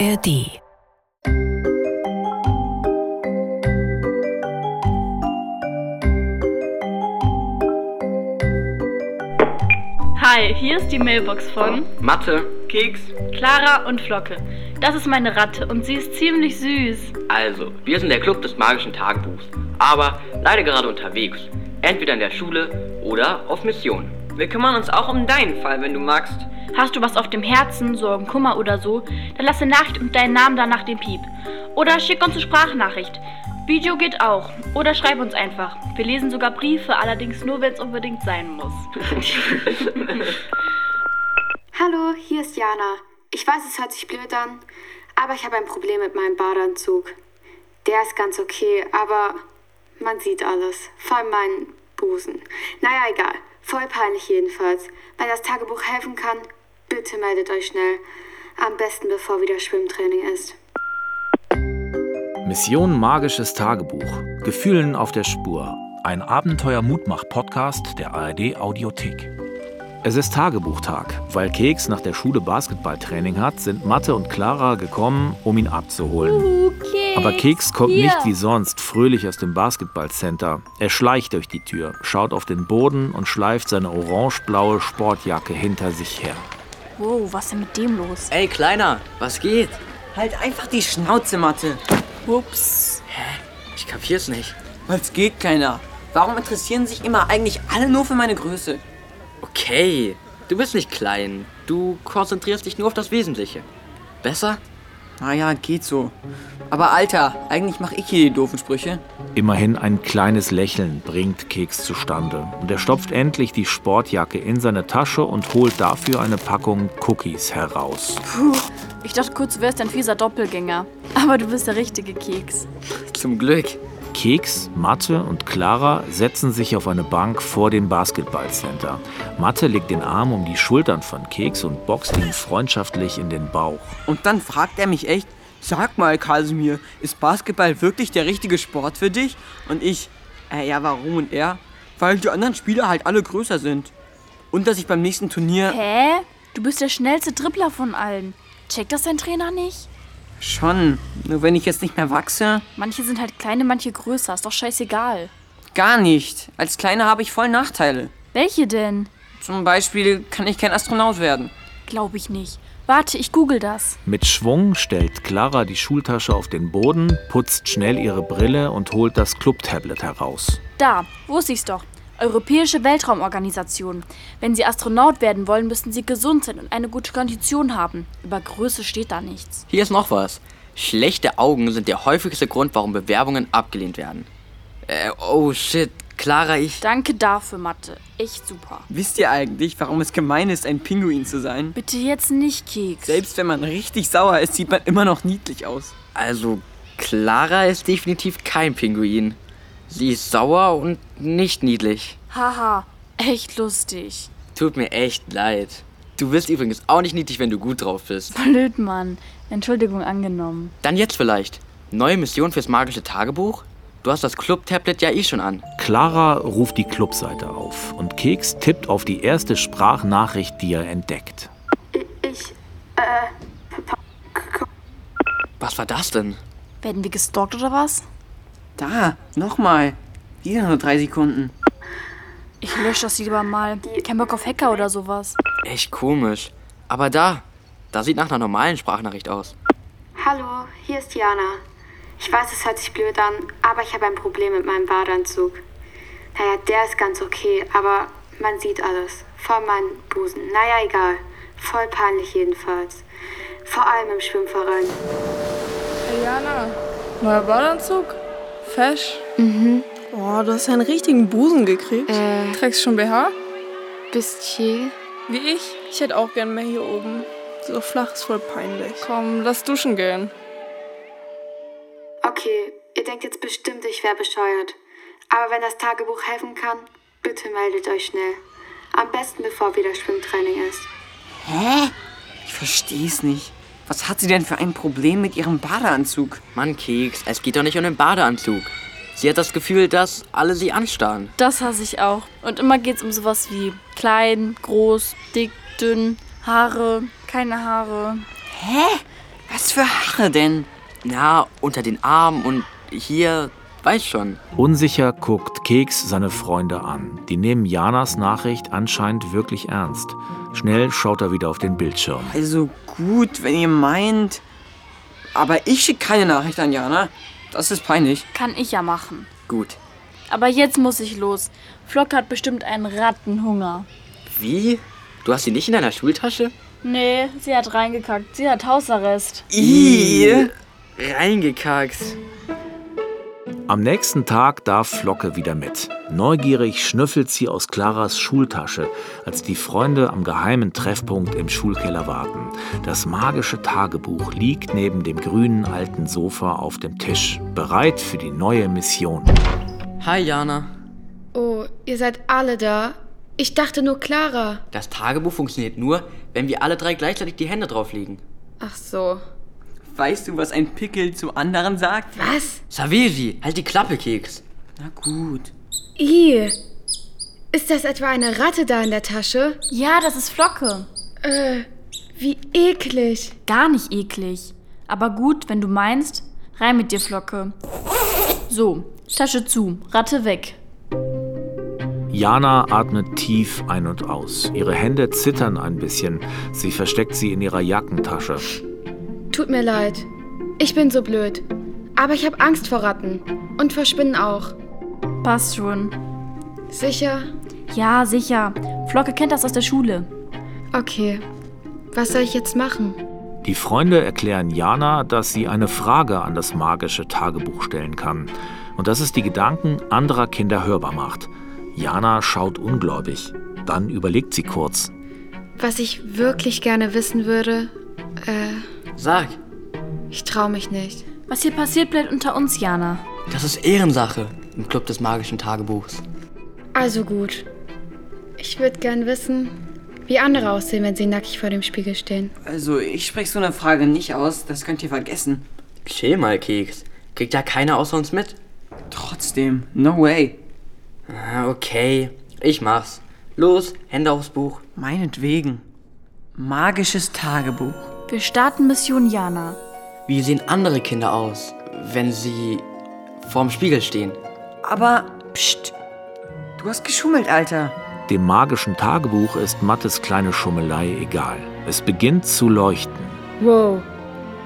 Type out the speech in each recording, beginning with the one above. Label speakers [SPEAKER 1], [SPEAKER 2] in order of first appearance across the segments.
[SPEAKER 1] ARD.
[SPEAKER 2] Hi, hier ist die Mailbox von
[SPEAKER 3] Mathe. Keks.
[SPEAKER 2] Clara und Flocke. Das ist meine Ratte und sie ist ziemlich süß.
[SPEAKER 3] Also, wir sind der Club des magischen Tagebuchs, aber leider gerade unterwegs. Entweder in der Schule oder auf Mission.
[SPEAKER 4] Wir kümmern uns auch um deinen Fall, wenn du magst.
[SPEAKER 2] Hast du was auf dem Herzen, Sorgen, Kummer oder so, dann lass eine Nachricht und deinen Namen danach dem Piep. Oder schick uns eine Sprachnachricht. Video geht auch. Oder schreib uns einfach. Wir lesen sogar Briefe, allerdings nur, wenn es unbedingt sein muss.
[SPEAKER 5] Hallo, hier ist Jana. Ich weiß, es hört sich blöd an, aber ich habe ein Problem mit meinem Badeanzug. Der ist ganz okay, aber man sieht alles. Vor allem meinen Busen. Naja, egal. Voll peinlich jedenfalls. Wenn das Tagebuch helfen kann, bitte meldet euch schnell. Am besten bevor wieder Schwimmtraining ist.
[SPEAKER 6] Mission Magisches Tagebuch. Gefühlen auf der Spur. Ein Abenteuer-Mutmach-Podcast der ARD Audiothek. Es ist Tagebuchtag. Weil Keks nach der Schule Basketballtraining hat, sind Mathe und Clara gekommen, um ihn abzuholen. Aber Keks kommt nicht wie sonst fröhlich aus dem Basketballcenter. Er schleicht durch die Tür, schaut auf den Boden und schleift seine orangeblaue Sportjacke hinter sich her.
[SPEAKER 7] Wow, was ist denn mit dem los?
[SPEAKER 8] Ey, Kleiner, was geht?
[SPEAKER 4] Halt einfach die Schnauze, Mathe.
[SPEAKER 7] Ups.
[SPEAKER 8] Ich kapier's nicht.
[SPEAKER 4] Was geht, Kleiner? Warum interessieren sich immer eigentlich alle nur für meine Größe?
[SPEAKER 8] Okay, du bist nicht klein. Du konzentrierst dich nur auf das Wesentliche. Besser?
[SPEAKER 4] Naja, geht so. Aber Alter, eigentlich mach ich hier die doofen Sprüche.
[SPEAKER 6] Immerhin ein kleines Lächeln bringt Keks zustande. Und er stopft endlich die Sportjacke in seine Tasche und holt dafür eine Packung Cookies heraus.
[SPEAKER 7] Ich dachte kurz, du wärst ein fieser Doppelgänger. Aber du bist der richtige Keks.
[SPEAKER 8] Zum Glück.
[SPEAKER 6] Keks, Mathe und Clara setzen sich auf eine Bank vor dem Basketballcenter. Mathe legt den Arm um die Schultern von Keks und boxt ihn freundschaftlich in den Bauch.
[SPEAKER 4] Und dann fragt er mich echt, sag mal, Kasimir, ist Basketball wirklich der richtige Sport für dich? Und ich, äh, ja, warum und er? Weil die anderen Spieler halt alle größer sind. Und dass ich beim nächsten Turnier
[SPEAKER 7] Hä? Du bist der schnellste Dribbler von allen. Checkt das dein Trainer nicht?
[SPEAKER 4] schon, nur wenn ich jetzt nicht mehr wachse,
[SPEAKER 7] Manche sind halt kleine, manche größer. Ist doch scheißegal.
[SPEAKER 4] gar nicht. Als Kleiner habe ich voll Nachteile.
[SPEAKER 7] Welche denn?
[SPEAKER 4] Zum Beispiel kann ich kein Astronaut werden.
[SPEAKER 7] Glaube ich nicht. Warte, ich google das.
[SPEAKER 6] Mit Schwung stellt Clara die Schultasche auf den Boden, putzt schnell ihre Brille und holt das Club-Tablet heraus.
[SPEAKER 7] Da, wusste ich's doch. Europäische Weltraumorganisation. Wenn sie Astronaut werden wollen, müssen sie gesund sein und eine gute Kondition haben. Über Größe steht da nichts.
[SPEAKER 8] Hier ist noch was. Schlechte Augen sind der häufigste Grund, warum Bewerbungen abgelehnt werden. Äh, oh shit. Clara, ich.
[SPEAKER 7] Danke dafür, Mathe. Echt super.
[SPEAKER 4] Wisst ihr eigentlich, warum es gemein ist, ein Pinguin zu sein?
[SPEAKER 7] Bitte jetzt nicht Keks.
[SPEAKER 4] Selbst wenn man richtig sauer ist, sieht man immer noch niedlich aus.
[SPEAKER 8] Also, Clara ist definitiv kein Pinguin. Sie ist sauer und nicht niedlich.
[SPEAKER 7] Haha, echt lustig.
[SPEAKER 8] Tut mir echt leid. Du bist übrigens auch nicht niedlich, wenn du gut drauf bist.
[SPEAKER 7] Blöd, Mann. Entschuldigung angenommen.
[SPEAKER 8] Dann jetzt vielleicht. Neue Mission fürs magische Tagebuch? Du hast das Club-Tablet ja eh schon an.
[SPEAKER 6] Clara ruft die Clubseite auf und Keks tippt auf die erste Sprachnachricht, die er entdeckt.
[SPEAKER 5] Ich, ich äh, Papa, K-
[SPEAKER 8] Was war das denn?
[SPEAKER 7] Werden wir gestalkt oder was?
[SPEAKER 4] Da, nochmal. Wieder nur drei Sekunden.
[SPEAKER 7] Ich lösche das lieber mal. Kein Bock auf Hacker oder sowas.
[SPEAKER 8] Echt komisch. Aber da, da sieht nach einer normalen Sprachnachricht aus.
[SPEAKER 5] Hallo, hier ist Jana. Ich weiß, es hört sich blöd an, aber ich habe ein Problem mit meinem Badeanzug. Naja, der ist ganz okay, aber man sieht alles. Vor allem meinen Busen. Naja, egal. Voll peinlich jedenfalls. Vor allem im Schwimmverein.
[SPEAKER 9] Jana, neuer Badeanzug? Fesch? Mhm. Oh, du hast ja einen richtigen Busen gekriegt.
[SPEAKER 10] Äh.
[SPEAKER 9] Trägst schon BH?
[SPEAKER 10] Bisschen.
[SPEAKER 9] Wie ich? Ich hätte auch gern mehr hier oben. So flach ist voll peinlich. Komm, lass duschen gehen.
[SPEAKER 5] Okay, ihr denkt jetzt bestimmt, ich wäre bescheuert. Aber wenn das Tagebuch helfen kann, bitte meldet euch schnell. Am besten bevor wieder Schwimmtraining ist.
[SPEAKER 4] Hä? Ich versteh's nicht. Was hat sie denn für ein Problem mit ihrem Badeanzug?
[SPEAKER 8] Mann, Keks, es geht doch nicht um den Badeanzug. Sie hat das Gefühl, dass alle sie anstarren.
[SPEAKER 7] Das hasse ich auch. Und immer geht's um sowas wie klein, groß, dick, dünn, Haare, keine Haare.
[SPEAKER 8] Was für Haare denn? Na, unter den Armen und hier, weiß schon.
[SPEAKER 6] Unsicher guckt Keks seine Freunde an. Die nehmen Janas Nachricht anscheinend wirklich ernst. Schnell schaut er wieder auf den Bildschirm.
[SPEAKER 4] Also gut, wenn ihr meint. Aber ich schicke keine Nachricht an Jana. Das ist peinlich.
[SPEAKER 7] Kann ich ja machen.
[SPEAKER 8] Gut.
[SPEAKER 7] Aber jetzt muss ich los. Flock hat bestimmt einen Rattenhunger.
[SPEAKER 8] Wie? Du hast sie nicht in deiner Schultasche?
[SPEAKER 7] Nee, sie hat reingekackt. Sie hat Hausarrest.
[SPEAKER 8] Ih. Reingekackt.
[SPEAKER 6] Am nächsten Tag darf Flocke wieder mit. Neugierig schnüffelt sie aus Claras Schultasche, als die Freunde am geheimen Treffpunkt im Schulkeller warten. Das magische Tagebuch liegt neben dem grünen alten Sofa auf dem Tisch, bereit für die neue Mission.
[SPEAKER 8] Hi, Jana.
[SPEAKER 10] Oh, ihr seid alle da. Ich dachte nur Clara.
[SPEAKER 8] Das Tagebuch funktioniert nur, wenn wir alle drei gleichzeitig die Hände drauflegen.
[SPEAKER 10] Ach so.
[SPEAKER 4] Weißt du, was ein Pickel zum anderen sagt?
[SPEAKER 10] Was?
[SPEAKER 8] Saveri, halt die Klappe, Keks.
[SPEAKER 4] Na gut.
[SPEAKER 10] I. Ist das etwa eine Ratte da in der Tasche?
[SPEAKER 7] Ja, das ist Flocke.
[SPEAKER 10] Äh, wie eklig.
[SPEAKER 7] Gar nicht eklig. Aber gut, wenn du meinst, rein mit dir, Flocke. So, Tasche zu, Ratte weg.
[SPEAKER 6] Jana atmet tief ein und aus. Ihre Hände zittern ein bisschen. Sie versteckt sie in ihrer Jackentasche.
[SPEAKER 10] Tut mir leid. Ich bin so blöd. Aber ich habe Angst vor Ratten. Und vor Spinnen auch.
[SPEAKER 7] Passt schon.
[SPEAKER 10] Sicher?
[SPEAKER 7] Ja, sicher. Flocke kennt das aus der Schule.
[SPEAKER 10] Okay. Was soll ich jetzt machen?
[SPEAKER 6] Die Freunde erklären Jana, dass sie eine Frage an das magische Tagebuch stellen kann und dass es die Gedanken anderer Kinder hörbar macht. Jana schaut ungläubig. Dann überlegt sie kurz.
[SPEAKER 10] Was ich wirklich gerne wissen würde, äh,
[SPEAKER 8] Sag,
[SPEAKER 10] ich trau mich nicht.
[SPEAKER 7] Was hier passiert, bleibt unter uns, Jana.
[SPEAKER 8] das ist Ehrensache im Club des magischen Tagebuchs.
[SPEAKER 10] Also gut. Ich würde gern wissen, wie andere aussehen, wenn sie nackig vor dem Spiegel stehen.
[SPEAKER 4] Also, ich spreche so eine Frage nicht aus, das könnt ihr vergessen.
[SPEAKER 8] Chill mal, Keks. Kriegt ja keiner außer uns mit.
[SPEAKER 4] Trotzdem, no way.
[SPEAKER 8] Ah, okay, ich mach's. Los, Hände aufs Buch.
[SPEAKER 4] Meinetwegen. Magisches Tagebuch.
[SPEAKER 7] Wir starten Mission Jana.
[SPEAKER 8] Wie sehen andere Kinder aus, wenn sie vorm Spiegel stehen?
[SPEAKER 4] Aber, pst. Du hast geschummelt, Alter.
[SPEAKER 6] Dem magischen Tagebuch ist Mattes kleine Schummelei egal. Es beginnt zu leuchten.
[SPEAKER 10] Wow.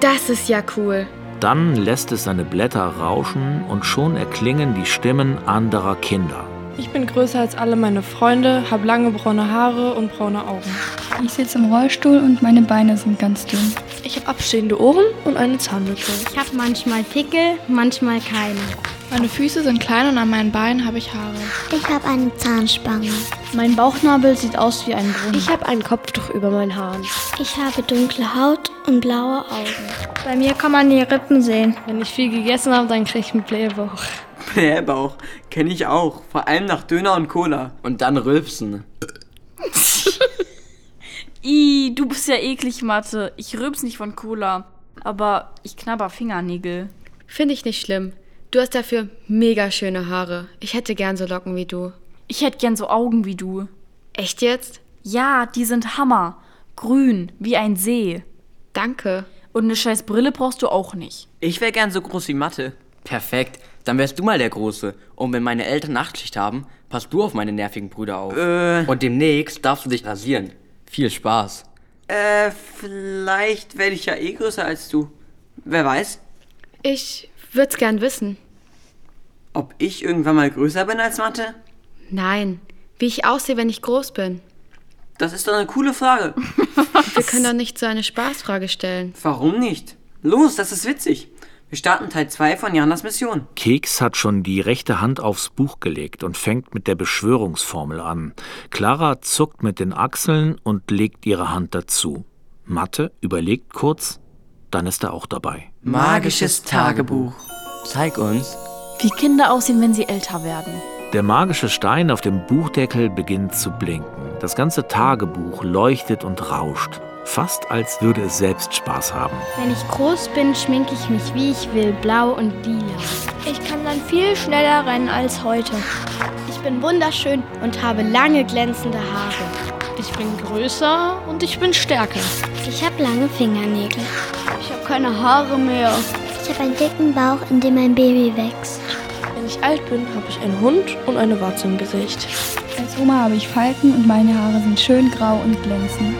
[SPEAKER 10] Das ist ja cool.
[SPEAKER 6] Dann lässt es seine Blätter rauschen und schon erklingen die Stimmen anderer Kinder.
[SPEAKER 9] Ich bin größer als alle meine Freunde, habe lange braune Haare und braune Augen.
[SPEAKER 1] Ich sitze im Rollstuhl und meine Beine sind ganz dünn.
[SPEAKER 11] Ich habe abstehende Ohren und eine Zahnlücke.
[SPEAKER 12] Ich habe manchmal Pickel, manchmal keine.
[SPEAKER 11] Meine Füße sind klein und an meinen Beinen habe ich Haare.
[SPEAKER 12] Ich habe eine Zahnspange.
[SPEAKER 1] Mein Bauchnabel sieht aus wie ein Grund.
[SPEAKER 11] Ich habe ein Kopftuch über meinen Haaren.
[SPEAKER 12] Ich habe dunkle Haut und blaue Augen.
[SPEAKER 1] Bei mir kann man die Rippen sehen.
[SPEAKER 11] Wenn ich viel gegessen habe, dann kriege ich einen Blähbauch.
[SPEAKER 4] Blähbauch. Kenne ich auch. Vor allem nach Döner und Cola.
[SPEAKER 8] Und dann rülpsen.
[SPEAKER 7] Ih, du bist ja eklig, Mathe. Ich rülps nicht von Cola. Aber ich knabber Fingernägel.
[SPEAKER 10] Finde ich nicht schlimm. Du hast dafür mega schöne Haare. Ich hätte gern so Locken wie du.
[SPEAKER 7] Ich hätte gern so Augen wie du.
[SPEAKER 10] Echt jetzt?
[SPEAKER 7] Ja, die sind Hammer. Grün, wie ein See.
[SPEAKER 10] Danke.
[SPEAKER 7] Und eine scheiß Brille brauchst du auch nicht.
[SPEAKER 4] Ich wäre gern so groß wie Mathe.
[SPEAKER 8] Perfekt, dann wärst du mal der Große. Und wenn meine Eltern Nachtschicht haben, passt du auf meine nervigen Brüder auf. Und demnächst darfst du dich rasieren. Viel Spaß.
[SPEAKER 4] Äh, vielleicht werde ich ja eh größer als du. Wer weiß,
[SPEAKER 10] Ich würd's gern wissen.
[SPEAKER 4] ob ich irgendwann mal größer bin als Mathe?
[SPEAKER 10] Nein. Wie ich aussehe, wenn ich groß bin.
[SPEAKER 4] Das ist doch eine coole Frage.
[SPEAKER 10] Wir können doch nicht so eine Spaßfrage stellen.
[SPEAKER 4] Warum nicht? Los, das ist witzig. Wir starten Teil 2 von Janas Mission.
[SPEAKER 6] Keks hat schon die rechte Hand aufs Buch gelegt und fängt mit der Beschwörungsformel an. Clara zuckt mit den Achseln und legt ihre Hand dazu. Mathe überlegt kurz, dann ist er auch dabei.
[SPEAKER 4] Magisches Tagebuch.
[SPEAKER 8] Zeig uns.
[SPEAKER 7] Wie Kinder aussehen, wenn sie älter werden.
[SPEAKER 6] Der magische Stein auf dem Buchdeckel beginnt zu blinken. Das ganze Tagebuch leuchtet und rauscht. Fast als würde es selbst Spaß haben.
[SPEAKER 12] Wenn ich groß bin, schminke ich mich wie ich will, blau und lila. Ich kann dann viel schneller rennen als heute. Ich bin wunderschön und habe lange glänzende Haare.
[SPEAKER 11] Ich bin größer und und ich bin stärker.
[SPEAKER 13] Ich habe lange Fingernägel. Ich habe keine Haare mehr. Ich habe einen dicken Bauch, in dem ein Baby wächst.
[SPEAKER 11] Wenn ich alt bin, habe ich einen Hund und eine Warze im Gesicht.
[SPEAKER 1] Als Oma habe ich Falten und meine Haare sind schön grau und glänzen.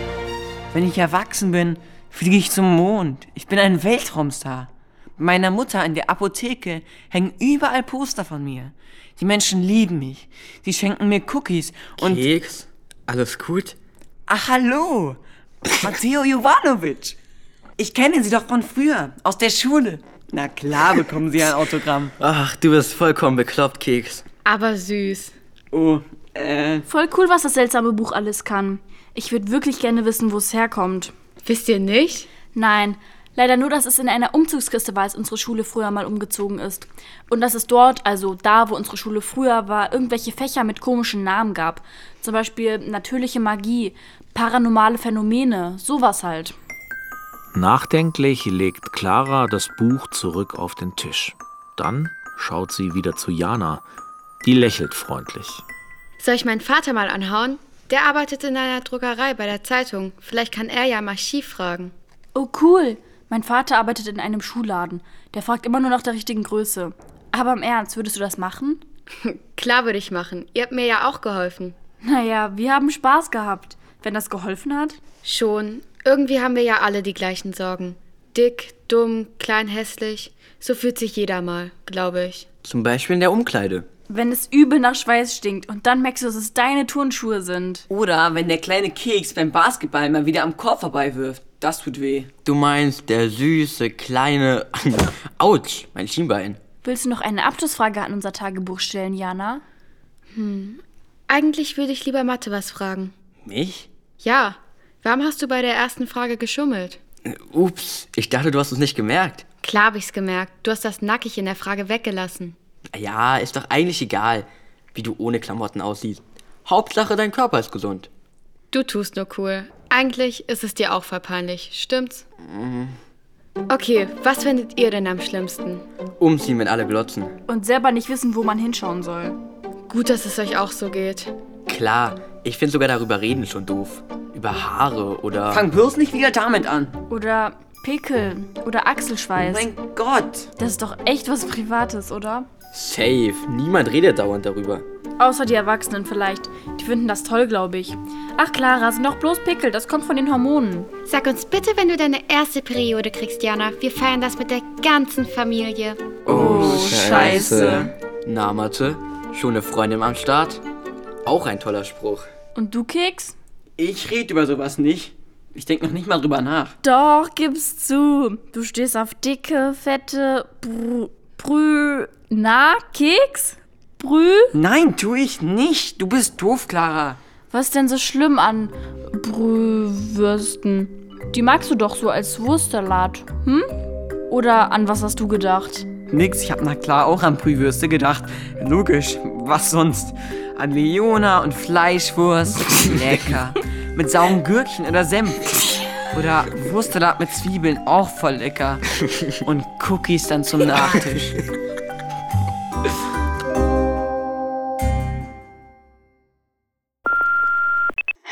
[SPEAKER 14] Wenn ich erwachsen bin, fliege ich zum Mond. Ich bin ein Weltraumstar. Bei meiner Mutter an der Apotheke hängen überall Poster von mir. Die Menschen lieben mich. Sie schenken mir Cookies und. Keks? Alles gut? Ach, hallo! Matteo Jovanovic! Ich kenne sie doch von früher, aus der Schule. Na klar bekommen sie ein Autogramm.
[SPEAKER 8] Ach, du bist vollkommen bekloppt, Keks.
[SPEAKER 7] Aber süß.
[SPEAKER 4] Oh, äh.
[SPEAKER 7] Voll cool, was das seltsame Buch alles kann. Ich würde wirklich gerne wissen, wo es herkommt. Wisst ihr nicht? Nein. Leider nur, dass es in einer Umzugskiste war, als unsere Schule früher mal umgezogen ist. Und dass es dort, also da, wo unsere Schule früher war, irgendwelche Fächer mit komischen Namen gab. Zum Beispiel natürliche Magie, paranormale Phänomene, sowas halt.
[SPEAKER 6] Nachdenklich legt Clara das Buch zurück auf den Tisch. Dann schaut sie wieder zu Jana. Die lächelt freundlich.
[SPEAKER 10] Soll ich meinen Vater mal anhauen? Der arbeitet in einer Druckerei bei der Zeitung. Vielleicht kann er ja mal schief fragen.
[SPEAKER 7] Oh cool. Mein Vater arbeitet in einem Schuhladen. Der fragt immer nur nach der richtigen Größe. Aber im Ernst, würdest du das machen?
[SPEAKER 10] Klar würde ich machen. Ihr habt mir ja auch geholfen.
[SPEAKER 7] Naja, wir haben Spaß gehabt. Wenn das geholfen hat?
[SPEAKER 10] Schon. Irgendwie haben wir ja alle die gleichen Sorgen. Dick, dumm, klein, hässlich. So fühlt sich jeder mal, glaube ich.
[SPEAKER 8] Zum Beispiel in der Umkleide.
[SPEAKER 7] Wenn es übel nach Schweiß stinkt und dann merkst du, dass es deine Turnschuhe sind.
[SPEAKER 4] Oder wenn der kleine Keks beim Basketball mal wieder am Korb vorbeiwirft. Das tut weh.
[SPEAKER 8] Du meinst der süße, kleine. Autsch, mein Schienbein.
[SPEAKER 7] Willst du noch eine Abschlussfrage an unser Tagebuch stellen, Jana?
[SPEAKER 10] Hm. Eigentlich würde ich lieber Mathe was fragen.
[SPEAKER 8] Mich?
[SPEAKER 10] Ja. Warum hast du bei der ersten Frage geschummelt?
[SPEAKER 8] Ups, ich dachte, du hast es nicht gemerkt.
[SPEAKER 10] Klar hab ich's gemerkt. Du hast das nackig in der Frage weggelassen.
[SPEAKER 8] Ja, ist doch eigentlich egal, wie du ohne Klamotten aussiehst. Hauptsache, dein Körper ist gesund.
[SPEAKER 10] Du tust nur cool. Eigentlich ist es dir auch voll peinlich, stimmt's? Okay, was findet ihr denn am schlimmsten?
[SPEAKER 8] Umziehen, wenn alle glotzen.
[SPEAKER 7] Und selber nicht wissen, wo man hinschauen soll.
[SPEAKER 10] Gut, dass es euch auch so geht.
[SPEAKER 8] Klar, ich finde sogar darüber reden schon doof. Über Haare oder.
[SPEAKER 4] Fang bloß nicht wieder damit an.
[SPEAKER 7] Oder Pickel oder Achselschweiß.
[SPEAKER 4] Oh mein Gott!
[SPEAKER 7] Das ist doch echt was Privates, oder?
[SPEAKER 8] Safe, niemand redet dauernd darüber.
[SPEAKER 7] Außer die Erwachsenen vielleicht. Die finden das toll, glaube ich. Ach Clara, sind doch bloß Pickel, das kommt von den Hormonen.
[SPEAKER 10] Sag uns bitte, wenn du deine erste Periode kriegst, Jana. Wir feiern das mit der ganzen Familie.
[SPEAKER 8] Oh, Scheiße. Na, Mathe, schon eine Freundin am Start? Auch ein toller Spruch.
[SPEAKER 7] Und du, Keks?
[SPEAKER 4] Ich rede über sowas nicht. Ich denke noch nicht mal drüber nach.
[SPEAKER 7] Doch, gib's zu. Du stehst auf dicke, fette Brü... Brü... Na, Keks? Brü?
[SPEAKER 4] Nein, tu ich nicht. Du bist doof, Clara.
[SPEAKER 7] Was ist denn so schlimm an Brühwürsten? Die magst du doch so als Wurstsalat, hm? Oder an was hast du gedacht?
[SPEAKER 4] Nix, ich hab na klar auch an Brühwürste gedacht. Logisch, was sonst? An Leona und Fleischwurst. Lecker. mit sauren Gürkchen oder Senf. Oder Wurstsalat mit Zwiebeln, auch voll lecker. Und Cookies dann zum Nachtisch.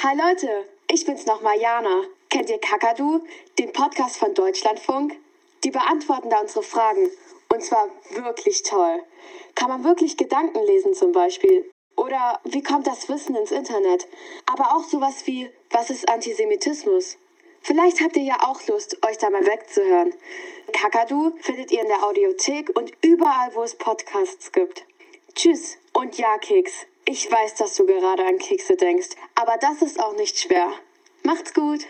[SPEAKER 5] Hi Leute, ich bin's nochmal Jana. Kennt ihr Kakadu, den Podcast von Deutschlandfunk? Die beantworten da unsere Fragen. Und zwar wirklich toll. Kann man wirklich Gedanken lesen zum Beispiel? Oder wie kommt das Wissen ins Internet? Aber auch sowas wie, was ist Antisemitismus? Vielleicht habt ihr ja auch Lust, euch da mal wegzuhören. Kakadu findet ihr in der Audiothek und überall, wo es Podcasts gibt. Tschüss und ja, Keks. Ich weiß, dass du gerade an Kekse denkst, aber das ist auch nicht schwer. Macht's gut!